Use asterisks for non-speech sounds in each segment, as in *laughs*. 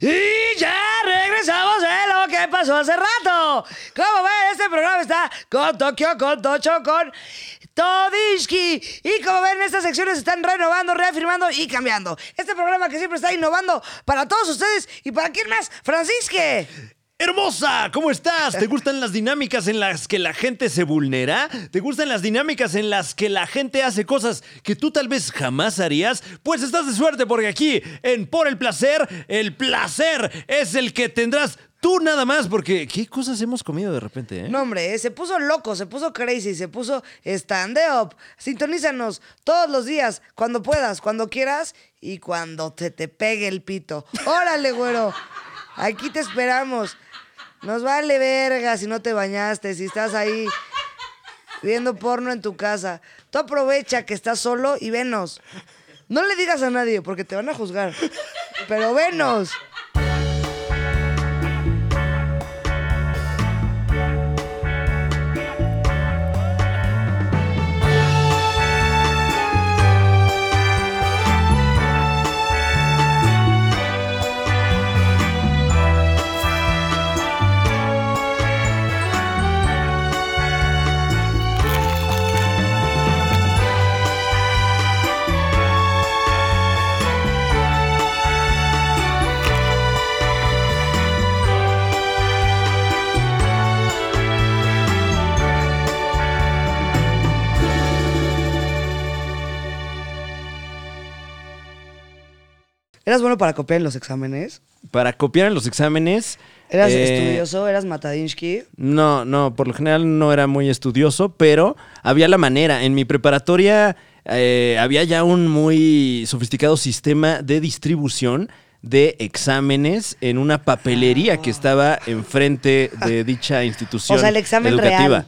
Y ya regresamos a lo que pasó hace rato. Como ven, este programa está con Tokio, con Tocho, con Todishki. Y como ven, estas secciones se están renovando, reafirmando y cambiando. Este programa que siempre está innovando para todos ustedes y para quién más, Francisque. Hermosa, ¿cómo estás? ¿Te gustan las dinámicas en las que la gente se vulnera? ¿Te gustan las dinámicas en las que la gente hace cosas que tú tal vez jamás harías? Pues estás de suerte porque aquí, en Por el Placer, el placer es el que tendrás tú nada más, porque ¿qué cosas hemos comido de repente? eh? No, hombre, eh, se puso loco, se puso crazy, se puso stand up. Sintonízanos todos los días, cuando puedas, cuando quieras y cuando te te pegue el pito. Órale, güero. Aquí te esperamos. Nos vale verga si no te bañaste, si estás ahí viendo porno en tu casa. Tú aprovecha que estás solo y venos. No le digas a nadie porque te van a juzgar. Pero venos. ¿Eras bueno para copiar en los exámenes? Para copiar en los exámenes. ¿Eras eh, estudioso? ¿Eras matadinsky? No, no, por lo general no era muy estudioso, pero había la manera. En mi preparatoria eh, había ya un muy sofisticado sistema de distribución de exámenes en una papelería que estaba enfrente *laughs* de dicha institución O sea, el examen educativa. real.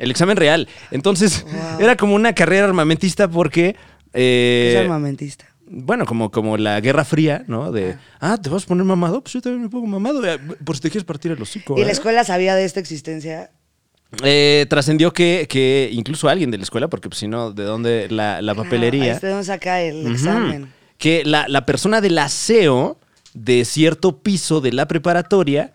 El examen real. Entonces, era como una carrera armamentista porque... eh, Es armamentista. bueno, como, como la Guerra Fría, ¿no? De, ah, ¿te vas a poner mamado? Pues yo también me pongo mamado, eh, por si te quieres partir el hocico. ¿Y la ¿eh?". escuela sabía de esta existencia? Eh, trascendió que, que incluso alguien de la escuela, porque pues, si no, ¿de dónde la, la Ahí papelería? es de donde saca el Ujú. examen. Que la, la persona del aseo de cierto piso de la preparatoria,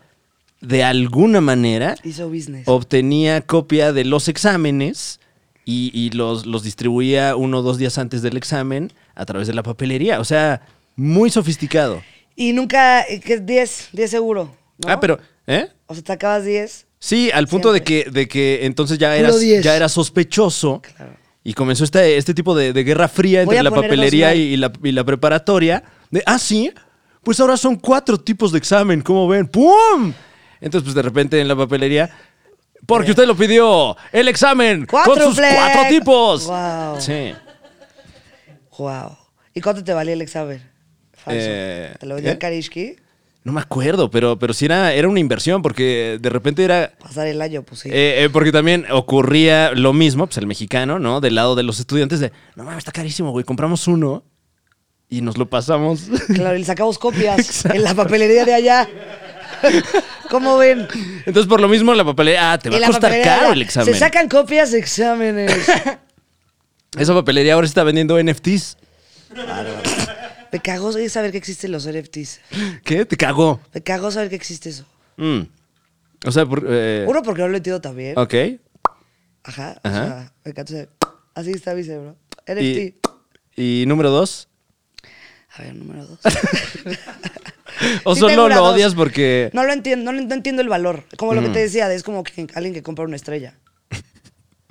de alguna manera, Hizo business. obtenía copia de los exámenes y, y los, los distribuía uno o dos días antes del examen a través de la papelería. O sea, muy sofisticado. Y nunca, eh, que es 10, 10 seguro. ¿no? Ah, pero, ¿eh? O sea, te acabas 10. Sí, al punto de que, de que entonces ya Puro eras, 10. ya era sospechoso. Claro. Y comenzó este, este tipo de, de guerra fría Voy entre a la poner dos papelería mal. y, y la, y la preparatoria. De, ah, sí, pues ahora son cuatro tipos de examen, ¿cómo ven? ¡Pum! Entonces, pues de repente en la papelería. Porque usted lo pidió, el examen con sus ¡Cuádruple! cuatro tipos. Guau. Sí. Wow. ¿Y cuánto te valía el examen? Falso. Eh, ¿Te lo vendió ¿eh? el Karishki? No me acuerdo, pero, pero sí era, era una inversión, porque de repente era. Pasar el año, pues sí. Eh, eh, porque también ocurría lo mismo, pues el mexicano, ¿no? Del lado de los estudiantes de, no mames, está carísimo, güey, compramos uno y nos lo pasamos. Claro, y le sacamos copias Exacto. en la papelería de allá. *laughs* ¿Cómo ven? Entonces, por lo mismo, la papelería, ah, te va En a la costar papelería de caro allá. el examen. Se sacan copias de exámenes. *laughs* Esa papelería ahora está vendiendo NFTs. Me cagó saber que existen los NFTs. ¿Qué? Te cagó. Me cagó saber que existe eso. Mm. O sea, por, eh, Uno, porque no lo entiendo también. ok. Ajá. Ah, Ajá. O sea, me encanta ser- Así está mi cerebro. NFT. Y, y número dos. A ver, número dos. *laughs* O Sí tengo solo una lo dos. odias porque... No lo entiendo, no, no entiendo el valor. Como lo que te decía, de- es como que alguien que compra una estrella.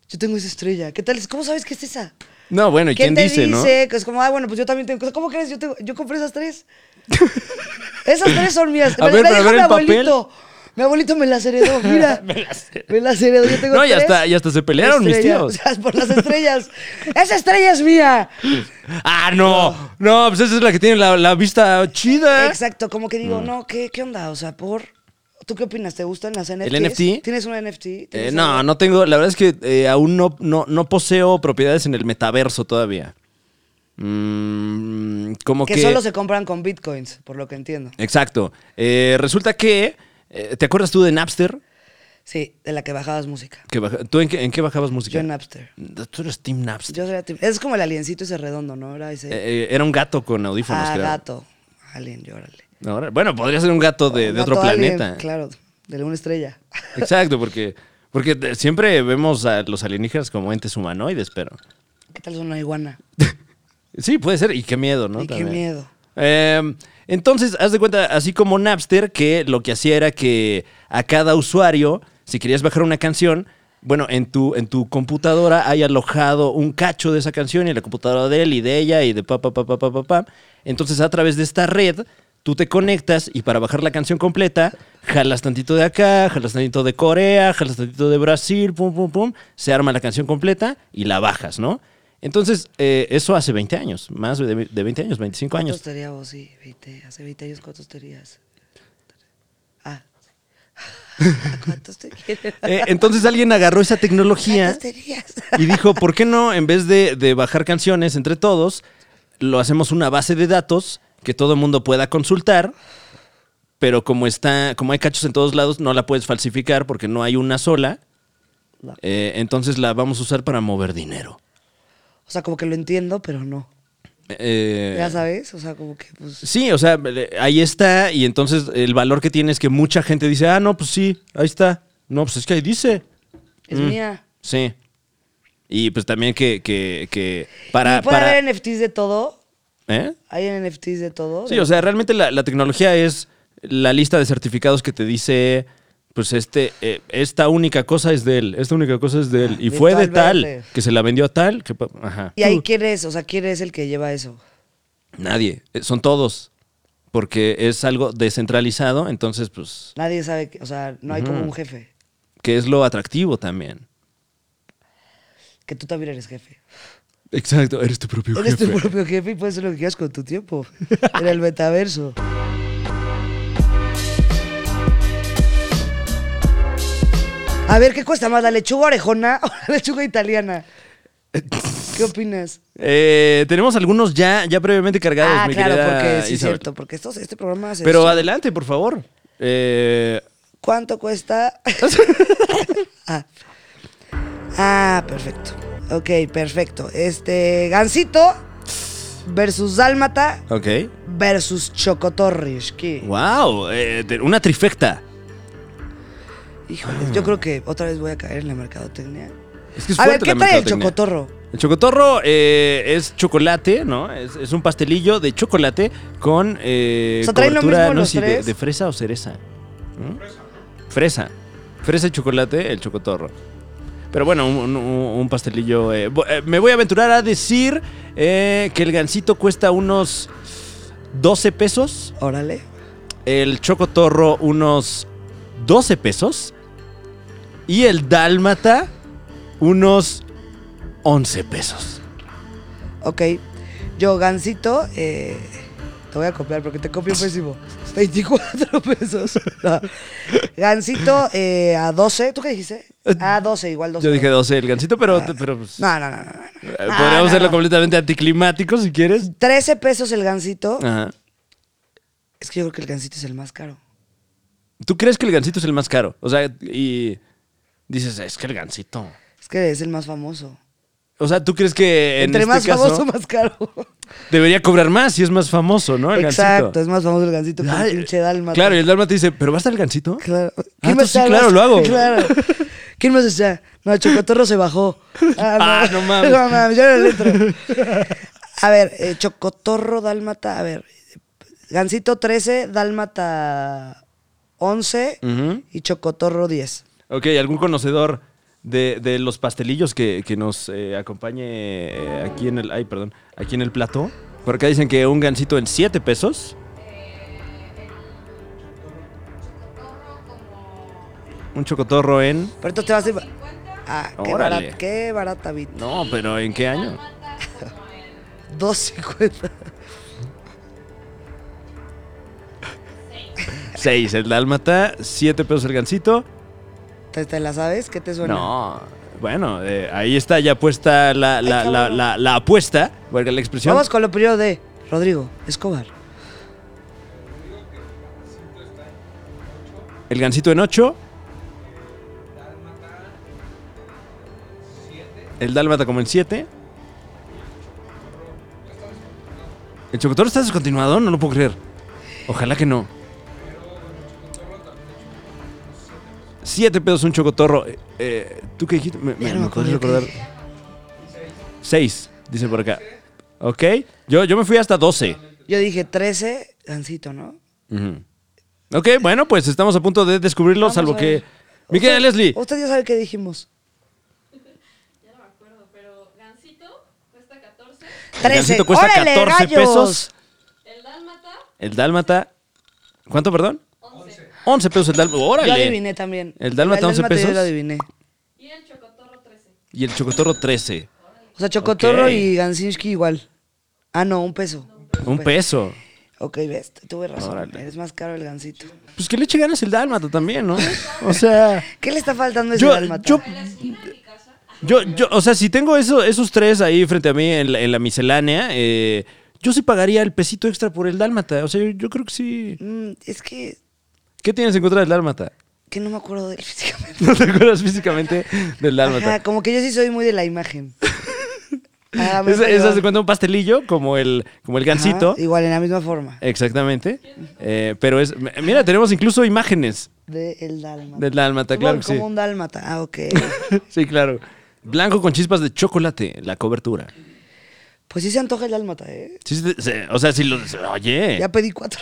Yo tengo esa estrella. ¿Qué tal? es? ¿Cómo sabes que es esa? No, bueno, ¿y quién, te dice, no? Que es como, ah, bueno, pues yo también tengo. ¿Cómo crees? Yo, tengo- yo compré esas tres. esas tres son mías. *laughs* A Me- ver, me pero a dijo ver mi el papel. abuelito. Mi abuelito me las heredó, *laughs* mira. me las heredó. Yo tengo No, ya tres está, ya hasta se pelearon mis estrellas. tíos. O sea, por *laughs* las estrellas. ¡Esa estrella es mía! Ah, no. No, pues esa es la que tiene la, la vista chida. Exacto, como que Mm. digo, no, ¿qué, ¿qué onda? O sea, por. ¿Tú qué opinas? ¿Te gustan las NFTs? NFT? ¿Tienes un NFT? Eh, ¿Tienes no, un- no tengo. La verdad es que eh, aún no, no, no poseo propiedades en el metaverso todavía. Mm, como que. Que solo se compran con bitcoins, por lo que entiendo. Exacto. Eh, resulta que. eh, ¿Te acuerdas tú de Napster? Sí, de la que bajabas música. Que baja- ¿Tú en qué, en qué bajabas música? Yo en Napster. Tú eres Team Napster. Yo sería tim- Es como el aliencito ese redondo, ¿no? Era ese. Eh, eh, era un gato con audífonos, ah, creo. gato. Alien, llórale. Ahora, bueno, podría ser un gato de, Un de otro gato alien, planeta. Claro, de una estrella. *laughs* Exacto, porque, porque te- siempre vemos a los alienígenas como entes humanoides, pero. ¿Qué tal son una iguana? Sí, puede ser. Y qué miedo, ¿no? Y qué También. miedo. Eh, entonces, haz de cuenta, así como Napster, que lo que hacía era que a cada usuario, si querías bajar una canción, bueno, en tu, en tu computadora hay alojado un cacho de esa canción y en la computadora de él y de ella y de pa, pa, pa, pa, pa, pa, pa. Entonces, a través de esta red, tú te conectas y para bajar la canción completa, jalas tantito de acá, jalas tantito de Corea, jalas tantito de Brasil, pum, pum, pum, se arma la canción completa y la bajas, ¿no? Entonces, eh, eso hace 20 años, más de, de 20 años, 25 años. ¿Cuántos tenías vos? oh, Sí, 20, hace 20 años, ¿cuántos tenías? Ah. *laughs* ¿Cuántos tenías? *laughs* Eh, entonces alguien agarró esa tecnología ¿Cuántos tenías? y dijo, ¿por qué no, en vez de, de bajar canciones entre todos, lo hacemos una base de datos que todo el mundo pueda consultar? Pero como está, como hay cachos en todos lados, no la puedes falsificar porque no hay una sola. No. Eh, entonces la vamos a usar para mover dinero. O sea, como que lo entiendo, pero no. Eh, Ya sabes, o sea, como que pues. Sí, o sea, le- ahí está y entonces el valor que tiene es que mucha gente dice, ah, no, pues sí, ahí está. No, pues es que ahí dice. Es Mm. mía. Sí. Y pues también que, que, que para... ¿Y puede Ah, para- haber NFTs de todo? ¿Eh? ¿Hay NFTs de todo? Sí, o sea, realmente la, la tecnología es la lista de certificados que te dice, pues este, eh, esta única cosa es de él, esta única cosa es de él. Y Ah, de fue de tal tal, verde. que se la vendió a tal, que... pa- Ajá. ¿Y ahí quién es? O sea, ¿quién es el que lleva eso? Nadie, eh, son todos, porque es algo descentralizado, entonces pues, Nadie sabe, que- o sea, no hay como un jefe. que es lo atractivo también. Que tú también eres jefe. Exacto, eres tu propio Eres tu propio jefe y puedes hacer lo que quieras con tu tiempo. En el metaverso. A ver, ¿qué cuesta más, la lechuga orejona *laughs* o la lechuga italiana? ¿Qué opinas? Eh, tenemos algunos ya, ya previamente cargados, ah, mi claro, querida porque sí es Isabel. cierto, porque esto, este programa se... Pero adelante, por favor. Eh, ¿Cuánto *laughs* cuesta? ah. Ah, perfecto. Ok, perfecto. Este, Gansito versus Dálmata ok. versus Chocotorriski. Wow, eh, te- una trifecta. Híjoles, yo creo que otra vez voy a caer en la mercadotecnia. Es que es A ver, fuerte ¿qué la trae el mercadotecnia. chocotorro? El chocotorro eh, es chocolate, ¿no? Es, es un pastelillo de chocolate con eh, O sea, ¿traen lo cobertura, mismo no los sé si de, tres? de fresa o cereza. ¿Mm? Fresa. Fresa y chocolate, el chocotorro. Pero bueno, un, un- un pastelillo... eh, bo- eh, me voy a aventurar a decir eh, que el gansito cuesta unos 12 pesos. Órale. el chocotorro unos 12 pesos y el dálmata unos 11 pesos. Ok. Yo, Gansito, eh, te voy a copiar porque te copio pésimo. *laughs* 24 pesos. *laughs* No. Gansito eh, a 12. ¿Tú qué dijiste? A 12, igual 12. Yo dije 12 el gancito, pero, pero pues, Ah. No, no, no. no, no. eh, Ah, podríamos no, hacerlo no. completamente anticlimático si quieres. 13 pesos el gansito. Ajá. Es que yo creo que el gansito es el más caro. ¿Tú crees que el gancito es el más caro? O sea, y dices, es que el gancito. Es que es el más famoso. O sea, ¿tú crees que en Entre este más caso famoso, más caro. debería cobrar más si es más famoso, ¿no? El Exacto, gansito. es más famoso el gansito que Ah, el pinche dálmata. Claro, y el dálmata dice, ¿pero va a estar el gancito? Claro. Ah, tú más sí, está claro, más- lo hago. Claro. ¿Quién más está? No, Chocotorro se bajó. *laughs* Ah, no mames. No mames, *laughs* yo no le entro. A ver, eh, Chocotorro, Dálmata, a ver. Gansito 13, Dálmata 11 Ujú. y Chocotorro 10. Ok, ¿algún conocedor de, de los pastelillos que, que nos eh, acompañe eh, aquí en el. Ay, perdón. Aquí en el plató. Por acá dicen que un gansito en 7 pesos. Un chocotorro en. Pero entonces te vas a ir... Ah, qué Órale. barata, qué barata, Vito. No, pero ¿en qué año? 2.50. 6, el dálmata, 7 pesos el gansito. ¿Te, te la sabes? ¿Qué te suena? No. Bueno, eh, ahí está ya puesta la, la- Ay, la- cabrón. la- la apuesta. Porque la expresión. Vamos con lo primero de Rodrigo Escobar. El gancito en 8. El dálmata como en 7. El chocotorro está descontinuado, no lo puedo creer. Ojalá que no. Siete pedos un chocotorro. Eh, eh, ¿Tú qué dijiste? ¿Me, me- Ya no me me puedes acuerdo qué recordar? Seis, dice por acá. Ok. Yo, yo me fui hasta doce. Yo dije 13, gancito, ¿no? Ujú. Ok, bueno, pues estamos a punto de descubrirlo, Vamos salvo a que... ver. Mi querida Usted- Leslie. Usted ya sabe qué dijimos. Ya no me acuerdo, pero Gansito cuesta 14, El 13. gansito cuesta ¡Órale, 14 gallos! pesos. el Dálmata El dálmata. ¿Cuánto, perdón? 11 11 pesos el dálmata. Yo ¡Órale! adiviné también. El dálmata, 11 Yo pesos. lo adiviné. y el Chocotorro 13. Y el chocotorro 13. O sea, Chocotorro Ok. y Gansinski igual. Ah, no, un peso. Un Pues. peso. Ok, ves, tuve razón. Órale. Es más caro el gansito. Pues que le eche ganas el dálmata también, ¿no? O *laughs* sea, ¿Qué le está faltando a ese yo, dálmata? yo, yo, yo- o sea, si tengo eso- esos tres ahí frente a mí en la, en la miscelánea, eh, yo sí pagaría el pesito extra por el dálmata. O sea, yo, yo creo que sí. Mm, es que, ¿Qué tienes en contra del dálmata? que no me acuerdo de él físicamente. *laughs* ¿No te acuerdas físicamente del Ajá, dálmata? como que yo sí soy muy de la *laughs* imagen. Ah, me Es, es, falló. haz de cuenta, un pastelillo como el, como el Ajá, gansito. igual, en la misma forma. Exactamente. Eh, pero es. m- Mira, tenemos incluso imágenes De el dálmata. del dálmata, Supongo claro que que sí. Como un dálmata. Ah, ok. *laughs* Sí, claro. Blanco con chispas de chocolate, la cobertura. Pues sí se antoja el dálmata, ¿eh? Sí, se- se- o sea, si lo. *laughs* se- Oye. Ya pedí cuatro.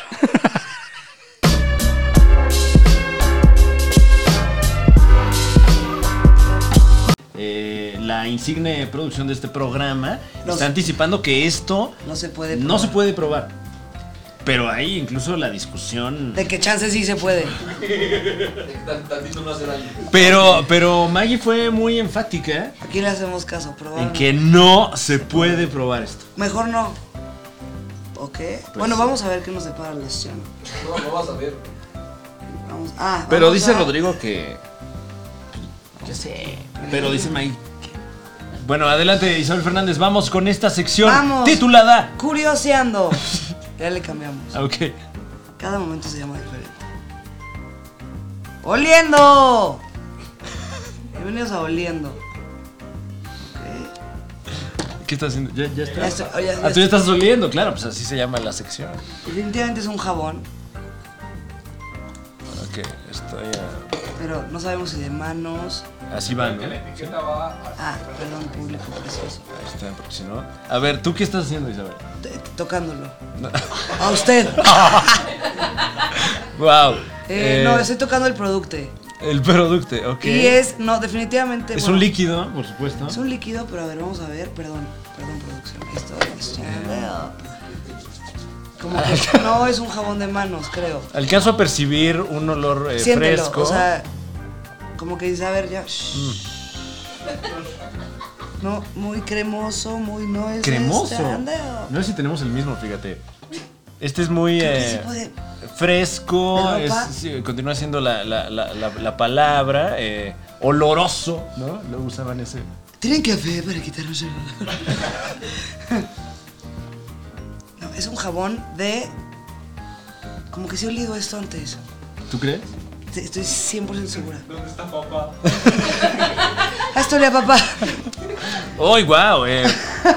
Eh, la insigne producción de este programa No está se- anticipando que esto No se puede no probar. se puede probar. Pero ahí incluso la discusión. De que chance sí se puede. Pero, pero Maggie fue muy enfática Aquí le hacemos caso, probar. en que no se puede probar esto. Mejor no. ¿Ok? Pues- bueno, vamos a ver qué nos depara la sesión. No, no vas a ver. Vamos, ah, Pero vamos dice a- Rodrigo que. Yo sé. Pero dice Maggie. Bueno, adelante, Isabel Fernández. Vamos con esta sección Vamos. titulada. *laughs* Curioseando. ya le cambiamos. Ah, Ok. Cada momento se llama diferente. *laughs* ¡Oliendo! Bienvenidos a Oliendo. ¿Qué estás haciendo? Ya, ya está. Ya estoy- ya- ya ah, tú estoy. ya estás oliendo, claro, pues así se llama la sección. Definitivamente es un jabón, Ok, estoy. pero no sabemos si de manos. ah, Así van, ¿no? Ah, perdón, público precioso. Ahí está, porque si no. A ver, ¿tú qué estás haciendo, Isabel? T- t- Tocándolo. A usted. *laughs* ¡Wow! Eh, No, estoy tocando el producto. El producto, ok. Y es, no, definitivamente. Es bueno, un líquido, por supuesto. Es un líquido, pero a ver, vamos a ver. Perdón, perdón, producción. Esto es. Eh. Como *laughs* que no es un jabón de manos, creo. Alcanzo a percibir un olor eh, Siéntelo, fresco. Mm. o sea, como que dice, a ver, ya. shh. No, muy cremoso, muy no es. cremoso. este, anda. No sé si tenemos el mismo, fíjate. Este es muy Creo que eh, sí puede. fresco, ¿De ropa? es- sí, continúa siendo la, la- la- la- la palabra, eh, oloroso, ¿no? Lo usaban ese. ¿Tienen café para quitarnos el olor? no, es un jabón de. Como que sí he olido esto antes. ¿Tú crees? Te- Estoy 100% segura. ¿Dónde pues está papá? Hasta olía papá. ¡Ay, wow! *laughs*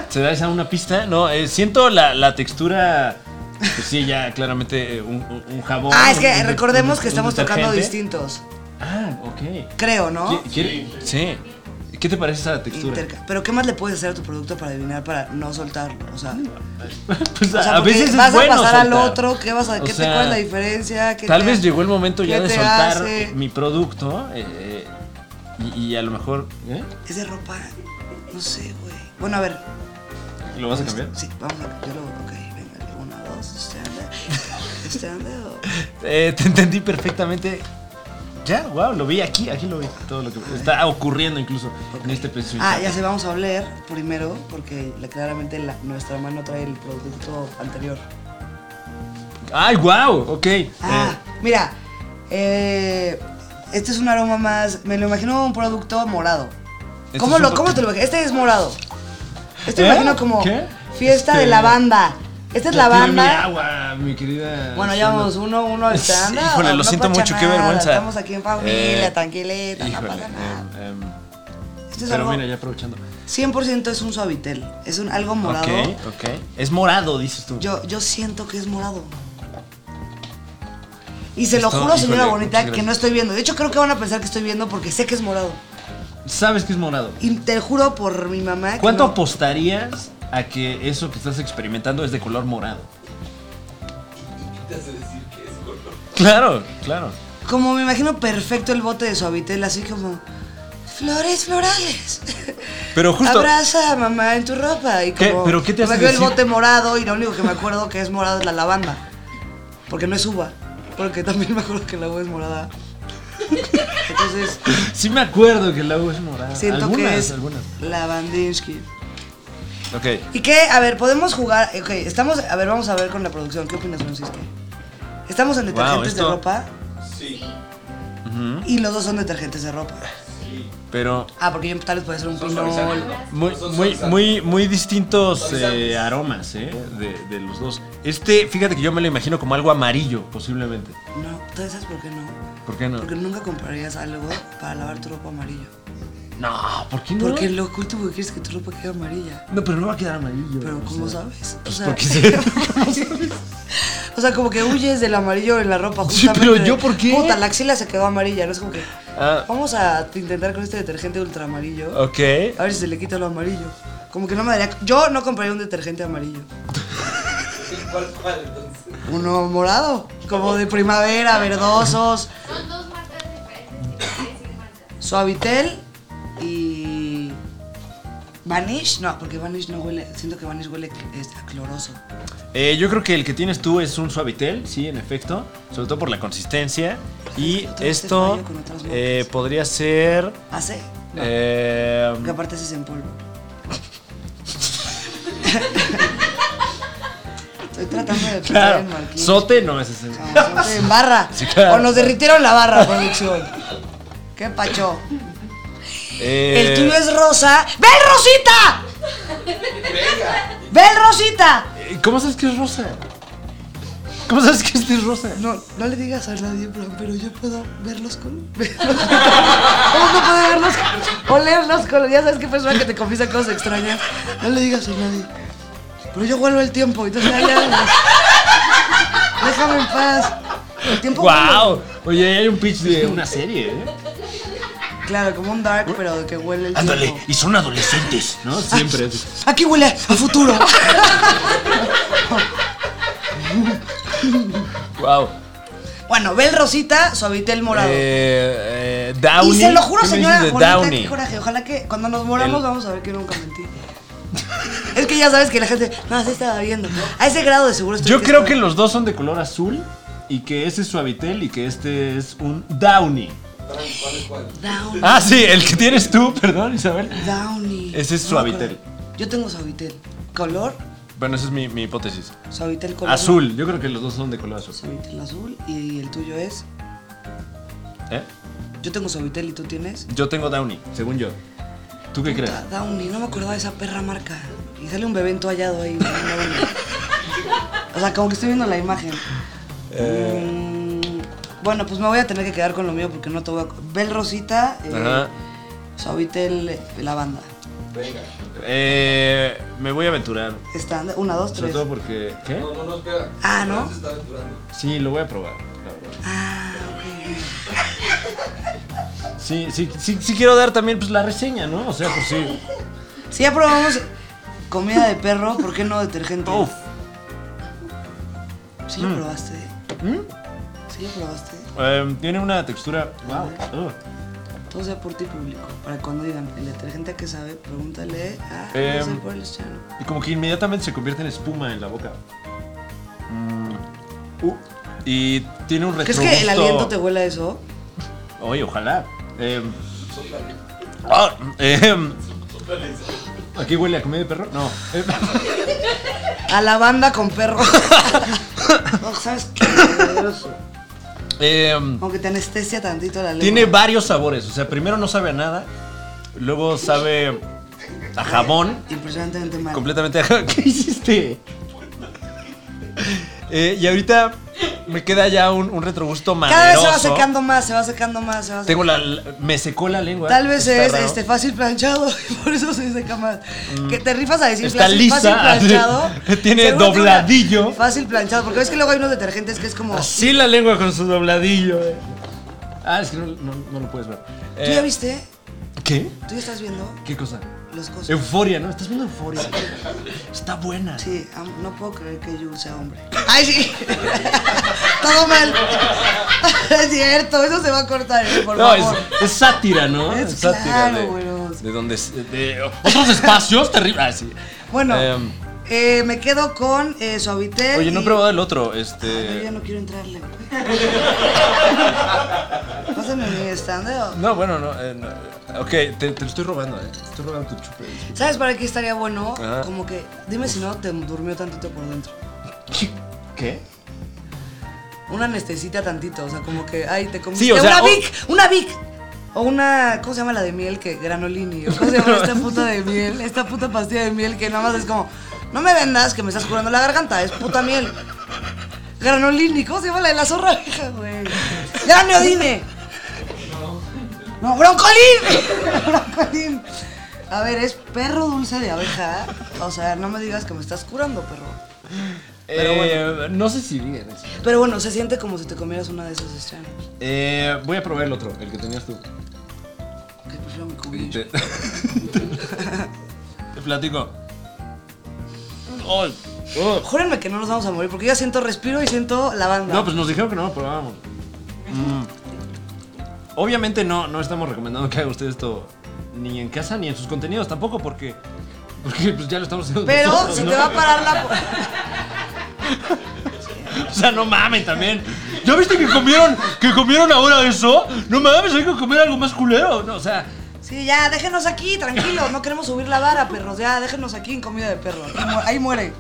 ¿Se da esa una pista? No, eh, siento la, la textura. Pues sí, ya claramente eh, un, un- un jabón. Ah, es un- que un- recordemos un- que un estamos tocando detergente. distintos. Ah, ok. Creo, ¿no? ¿Qui- quiere- Sí. ¿Qué te parece esa textura? Interca- Pero ¿qué más le puedes hacer a tu producto para adivinar, para no soltarlo? O sea, *laughs* Pues, o sea, a porque veces es vas bueno a pasar al soltar. otro, ¿qué vas a, O qué te, sea, cuál es la diferencia? ¿Qué Tal te- vez llegó el momento ya qué de te soltar hace? mi producto eh, eh, y, y a lo mejor... ¿eh? Es de ropa, no sé, güey. Bueno, a ver, ¿Lo vas a cambiar? sí, vamos a, yo lo, ok, venga, una, dos, este *laughs* stand-up, stand-up. *laughs* Eh, te entendí perfectamente. Ya, wow, lo vi aquí, aquí lo vi. Todo lo que está ocurriendo incluso en este preciso Ah, instante. ya se vamos a oler primero, porque la- claramente la- nuestra mano trae el producto anterior. ¡Ay, wow! Ok. eh, Ah, mira, eh, este es un aroma más, me lo imagino un producto morado. Este ¿Cómo, es lo, un ¿Cómo pro- te lo imaginas? Este es morado. Este ¿Eh? me imagino como ¿Qué? fiesta de Este- lavanda. Esta es ya tiene Mi lavanda. agua, mi querida. Bueno, ya vamos, uno, uno *laughs* Sí, está. anda, híjole, lo no siento pasa mucho, qué nada, vergüenza. Estamos aquí en familia, Eh, tranquilita, no Híjole. pasa nada. em, em, Este es pero algo, mira, ya aprovechando. 100% es un suavitel, es un, algo morado. Ok, ok. Es morado, dices tú. Yo, yo siento que es morado. Y se lo Está- juro, señora híjole, bonita, muchas que no estoy viendo. De hecho, creo que van a pensar que estoy viendo porque sé que es morado. Sabes que es morado. Y te juro por mi mamá. que ¿Cuánto no. apostarías a que eso que estás experimentando es de color morado? Claro, claro. Como me imagino perfecto el bote de suavitel, así como. Flores florales. *laughs* Pero justo- Abraza a mamá en tu ropa. Y ¿Qué? como, ¿Pero qué te hace Me acuerdo decir? el bote morado y lo único que me acuerdo que es morado es la lavanda. Porque no es uva. Porque también me acuerdo que la uva es morada. Entonces, Sí me acuerdo que el agua es morada. siento algunas, que es. algunas. Lavandinsky. Ok. ¿Y qué? A ver, podemos jugar. Ok, estamos. A ver, vamos a ver con la producción. ¿Qué opinas, Francisca? Estamos en detergentes esto- ¿Mm? de ropa Ujú. y los dos son detergentes de ropa. Pero Ah, porque yo tal vez puede ser un pinol. muy, muy, muy, muy distintos eh, aromas, ¿eh? De, de los dos. Este, fíjate que yo me lo imagino como algo amarillo, posiblemente. No, ¿tú sabes por qué no? ¿Por qué no? Porque nunca comprarías algo para lavar tu ropa amarilla. No, ¿por qué no? Porque lo oculto que quieres que tu ropa quede amarilla. No, pero no va a quedar amarillo. Pero o ¿cómo sea. sabes? O Pues sea, porque sé. *laughs* o sea, como que huyes del amarillo en la ropa Sí, justamente. pero de, ¿yo por qué? Puta, la axila se quedó amarilla, no es como que Ah. vamos a intentar con este detergente ultra amarillo. Ok. A ver si se le quita lo amarillo. Como que no me daría. Yo no compraría un detergente amarillo. ¿Cuál, cuál entonces? Uno morado. Como de primavera, verdosos. Son dos marcas diferentes, tienes que decir marcas. Suavitel y. Vanish. No, porque Vanish no huele. Siento que Vanish huele este, a cloroso. Eh, yo creo que el que tienes tú es un suavitel, sí, en efecto. Sobre todo por la consistencia. Y Tú haces esto fallo con otras marcas. eh, podría ser. ¿Hace? No. eh, Porque aparte ese es en polvo. Estoy tratando de pensar claro. en marquillos. Sote no es ese. No, Ah, sote en barra. Sí, claro. O nos derritieron la barra, producción. Qué pacho. Eh, El tuyo es rosa. ¡Ven, Rosita! ¡Ven, Rosita! Eh, ¿Cómo sabes que es rosa? ¿Cómo sabes que este es rosa? No, no le digas a nadie, pero, pero yo puedo ver los *laughs* colores. ¿Cómo no puedo ver los colores? O leer los colores. Ya sabes que persona que te confiesa cosas extrañas. No le digas a nadie. Pero yo vuelvo el tiempo, entonces ya, ya. Déjame en paz. El tiempo vuelve. ¡Wow! Oye, ahí hay un pitch de una serie, ¿eh? Claro, como un dark, pero de que huele el tiempo. Ándale, y son adolescentes, *laughs* ¿no? Siempre. Aquí huele a futuro. ¡Wow! Bueno, Bel Rosita, suavitel morado. Eh, eh, Downey. y se lo juro, ¿Qué me señora dices de bonita, Downey? qué coraje. Ojalá que cuando nos moramos El- vamos a ver que nunca mentí. *laughs* es que ya sabes que la gente, no, se estaba viendo. A ese grado de seguro estoy Yo creo que estoy- los dos son de color azul y que ese es suavitel y que este es un Downy. Down, Ah, sí, el que tienes tú, *laughs* perdón, Isabel. Downy. Ese es No, suavitel. color. Yo tengo suavitel. ¿Color? Bueno, esa es mi, mi hipótesis. Suavitel color. Azul, yo creo que los dos son de color azul. Suavitel azul. Y el tuyo es. ¿Eh? Yo tengo suavitel y tú tienes. Yo tengo Downy, según yo. ¿Tú qué crees? Puta, Ah, Downy, no me acordaba de esa perra marca. Y sale un bebé entoallado ahí. Downy. o sea, como que estoy viendo la imagen. Mm, bueno, pues me voy a tener que quedar con lo mío porque no te voy a. Bel Rosita, eh, Ajá. Suavitel, eh, la banda. Eh, me voy a aventurar. Están una, dos, Sobre tres. todo porque. ¿Qué? Ah, ¿no? Sí, lo voy a probar. la verdad. Ah, ok. Sí, sí, sí, sí quiero dar también pues la reseña, ¿no? O sea, pues sí. Si ya probamos comida de perro, ¿por qué no detergente? Uf. Mm. Si lo probaste. Si lo probaste. *laughs* Em, tiene una textura. Wow. Ugh. Todo sea por ti público. Para cuando digan, el detergente a qué sabe, pregúntale a Em. José por el Chano. Y como que inmediatamente se convierte en espuma en la boca. Mm. Uh. Y tiene un ¿Crees retrogusto. que el aliento te huele a eso? Oye, ojalá. Em, ah, em, ¿Aquí huele a comida de perro? No. Em, A la banda con perro. *laughs* no, ¿sabes qué? em, Aunque te anestesia tantito la lengua. Tiene varios sabores. O sea, primero no sabe a nada. Luego sabe a jabón. *laughs* Impresionantemente mal. Completamente a jabón. ¿Qué hiciste? Eh, y ahorita Me queda ya un, un retrogusto maneroso. Cada vez se va secando más, se va secando más, se va secando. Tengo la, la- me secó la lengua. Tal vez Está es raro. Mm. este, fácil planchado, *laughs* y por eso se seca más. Que te rifas a decir Está fácil, lisa, fácil así. planchado. *laughs* Tiene Seguro una- dobladillo. Fácil planchado, porque ves que luego hay unos detergentes que es como. Así la lengua con su dobladillo. eh. Ah, es que no, no- no lo puedes ver. ¿Tú Eh, ya viste? ¿Qué? ¿Tú ya estás viendo ¿Qué cosa? las cosas? Euforia, ¿no? Estás viendo euforia. Está buena. Sí, am- no puedo creer que yo sea hombre. ¡Ay, sí! *laughs* Todo mal. *laughs* es cierto, eso se va a cortar, eh, por No, es, favor. es sátira, ¿no? Es claro, güey. de, de donde s- de otros espacios terribles. Ah, sí. Bueno, Em. eh, me quedo con eh, Suavitel. Oye, no he y- Ah, probado el otro, Yo ya este. no quiero *laughs* entrarle. güey. Pásame mi stand-up. No, bueno, no. eh, no. Ok, te, te lo estoy robando, eh. Te estoy robando tu chupe. disculpa. ¿Sabes para qué estaría bueno? Ajá. Como que, dime si no te durmió tantito por dentro. ¿Qué? Una anestesita tantito, o sea, como que, ay, te comiste Sí, o sea, una o- Vic, una Vic. O una, ¿cómo se llama la de miel que granolini? ¿O ¿Cómo se *laughs* llama esta puta de miel? Esta puta pastilla de miel que nada más es como, no me vendas que me estás curando la garganta, es puta miel. Granolini, ¿cómo se llama la de la zorra vieja, güey? Graneodine. No, broncolín. *laughs* broncolín. A ver, es perro dulce de abeja. O sea, no me digas que me estás curando, perro. Pero Eh, No sé si digan eso. Pero bueno, se siente como si te comieras una de esas estrellas. Eh, voy a probar el otro, el que tenías tú. Que prefiero mi cubillo. Te, *laughs* Te platico. Júrenme que no nos vamos a morir, porque yo ya siento respiro y siento la banda. No, pues nos dijeron que no lo probábamos. Mm. Obviamente no, no estamos recomendando que haga usted esto ni en casa ni en sus contenidos tampoco porque porque pues ya lo estamos haciendo. Pero nosotros, si ¿no? te va a parar la... O sea, no mamen también. ¿Ya viste que comieron que comieron ahora eso? No mames, hay que comer algo más culero. No, o sea, Sí, ya, déjenos aquí, tranquilos. No queremos subir la vara, perros. Ya, déjenos aquí en comida de perro. Ahí mu- Ahí muere.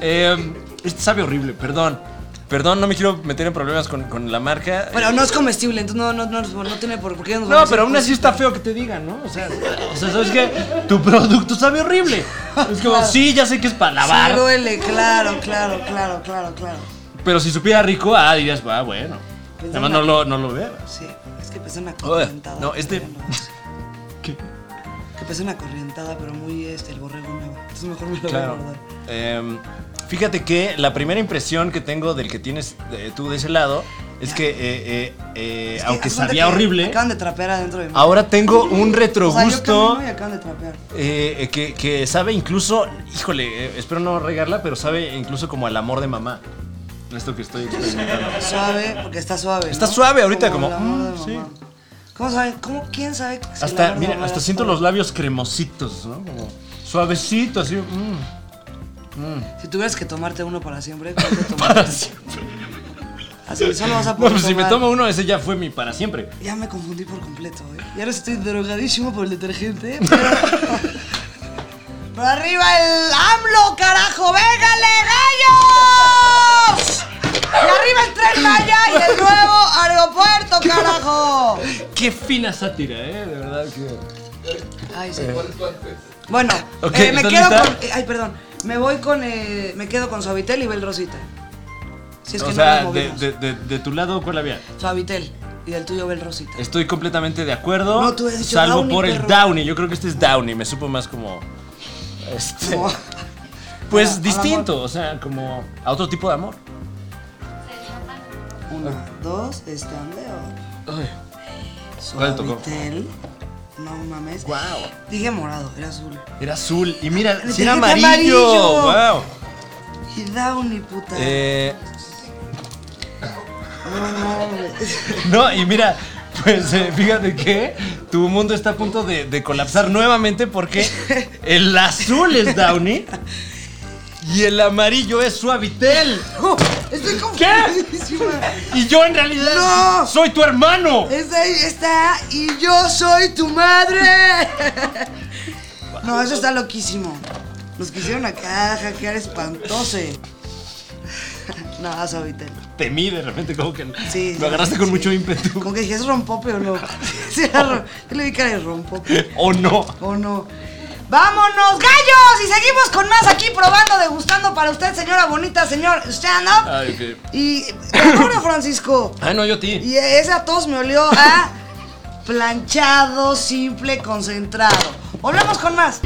eh, este sabe horrible, perdón. Perdón, no me quiero meter en problemas con, con la marca. Pero no es comestible, entonces no, no, no, no tiene por, por qué nos van a No, decir pero aún cosas. así está feo que te digan, ¿no? O sea, o sea, ¿sabes qué? Tu producto sabe horrible. Es como, sí, ya sé que es para Sí lavar. duele, claro, claro, claro, claro, claro. Pero si supiera rico, ah, dirías, ah, bueno. Pues Además, no. no lo, no lo veas. Sí, es que pensé una Oye, corrientada. no, este- pero ya no. ¿Qué? Que pensé una corrientada, pero muy este, el borrego nuevo. Entonces mejor me lo Claro. voy a guardar. Em, fíjate que la primera impresión que tengo del que tienes eh, tú de ese lado es que, eh, eh, eh, Es que aunque haz cuenta sabía que horrible, Acaban de trapear adentro de mí. ahora tengo un O sea, yo retrogusto. camino y acaban de trapear. eh, eh, que, que sabe incluso, híjole, eh, espero no regarla, pero sabe incluso como al amor de mamá. Esto que estoy experimentando. Suave, porque está suave. Está ¿no? suave ahorita, como, el amor mm, de mamá. sí. ¿Cómo saben? ¿Cómo, ¿Quién sabe? si el Hasta, amor de mira, mamá hasta es siento los suave? labios cremositos, ¿no? Como suavecito, así. mm. Si tuvieras que tomarte uno para siempre, ¿cuál te *laughs* Para tomarías? siempre. Así, solo vas a No, poder pues si me tomar. tomo uno, ese ya fue mi para siempre. Ya me confundí por completo, ¿eh? Y ahora estoy drogadísimo por el detergente, *laughs* pero... ¡Pero arriba el AMLO, carajo! ¡Végale, gallos! ¡Y arriba el Tren Maya y el nuevo aeropuerto, carajo! Qué fina sátira, ¿eh? De verdad que. Ay, sí. Bueno, Ok, eh, me ¿estás quedo lista? con... eh, ay, perdón. Me voy con... eh, me quedo con Suavitel y Bel Rosita. Si es que o no sea, nos de, movimos. de- de- de tu lado, ¿cuál había? Suavitel y del tuyo Bel Rosita. Estoy completamente de acuerdo. No, tú has dicho salvo Downy, por el perro. Downy. Yo creo que este es Downy. Me supo más como. Este. *laughs* Como- Pues al distinto, o sea, como a otro tipo de amor. Una, dos, este, estandeo. ¿Cuál te tocó? Suavitel. No mames. Guau. Dije morado, era azul. Era azul. Y mira, Le si era tenía que amarillo. amarillo. Wow. Y Downy, puta. Eh, *laughs* No mames. *laughs* no, y mira, pues eh, fíjate que tu mundo está a punto de, de colapsar *laughs* nuevamente porque el azul es Downy y el amarillo es Suavitel. No, estoy confundidísima. Y yo en realidad ¡No! soy tu hermano. Está ahí, está. Y yo soy tu madre. No, eso está loquísimo. Nos quisieron acá hackear espantose. No, Suavitel. Te mí de repente como que Sí, sí, lo agarraste sí, con sí. mucho ímpetu. *laughs* Como que dije, ¿es rompope o no? Sí, era rom- Yo le vi cara de rompope. ¿O no? ¿O no? ¡Vámonos, gallos! Y seguimos con más aquí probando, degustando para usted, señora bonita, señor stand up. Ah. Ay, qué- Y te adoro, Francisco. Ah, no, yo a ti. Y esa tos me olió ¿eh? *laughs* a planchado, simple, concentrado. Volvemos con más.